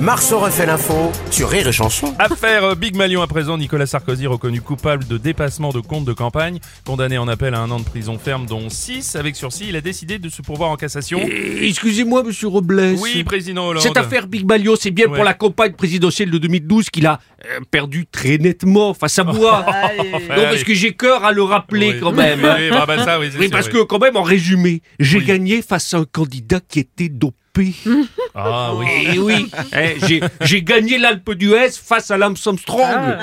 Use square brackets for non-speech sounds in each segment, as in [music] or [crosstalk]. Marceau refait l'info sur Rire et Chanson. Affaire euh, Big Malion à présent, Nicolas Sarkozy reconnu coupable de dépassement de compte de campagne, condamné en appel à un an de prison ferme dont 6 avec sursis, il a décidé de se pourvoir en cassation. Eh, Excusez-moi, monsieur Robles. Oui, président Hollande. Cette affaire Big Balio, c'est bien Ouais. pour la campagne présidentielle de 2012 qu'il a euh, perdu très nettement face [laughs] à moi. Allez. non, parce que j'ai cœur à le rappeler Oui. quand même. Oui, bah, bah, ça, oui, c'est Oui, sûr, parce oui. que quand même, en résumé, j'ai Oui. gagné face à un candidat qui était dopé. Ah oui. Eh oui, eh, j'ai- j'ai gagné l'Alpe d'Huez face à Lance Armstrong.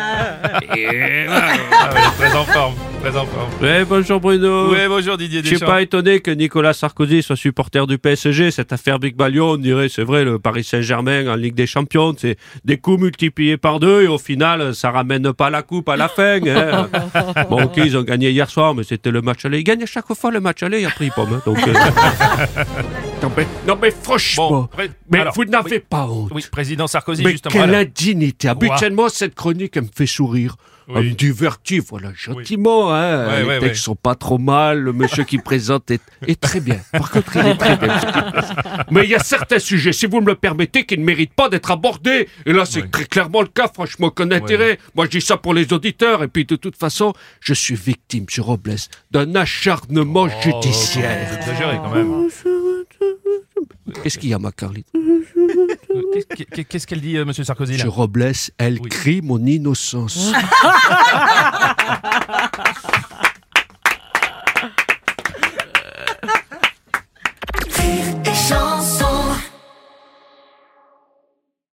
Eh, Ah, oui, très en forme, très en forme. ouais, bonjour Bruno. Ouais, bonjour Didier Je suis Deschamps. Euh, pas étonné que Nicolas Sarkozy soit supporter du PSG. Cette affaire Big Ballion, on dirait, c'est vrai, le Paris Saint-Germain en Ligue des Champions, c'est des coups multipliés par deux et au final, ça ramène pas la coupe à la fin. hein. bon, ok, ils ont gagné hier soir, mais c'était le match aller. Ils gagnent à chaque fois le match aller après, ils pomment. hein, donc, euh. [laughs] non, mais, non, mais franchement, Bon, pré- mais alors, vous n'avez oui. pas honte. Oui, président Sarkozy, Mais justement. quelle alors. indignité Habituellement, cette chronique, elle me fait sourire. Elle Oui. me divertit, voilà, gentiment. Hein. Ouais, Les ouais, textes sont pas trop mal. Le monsieur qui présente est, est très bien. Par contre, il est très bien. Mais il y a certains sujets, si vous me le permettez, qui ne méritent pas d'être abordés. Et là, c'est Ouais. très clairement le cas. Franchement, qu'un intérêt. Moi, je dis ça pour les auditeurs. Et puis, de toute façon, je suis victime, sur Robles, d'un acharnement Oh, judiciaire. vous exagérez quand [laughs] même. Qu'est-ce qu'il y a, ma Carlite Qu'est-ce qu'est- Qu'est-ce qu'elle dit, euh, monsieur Sarkozy là Sur Robles, elle Oui. crie mon innocence.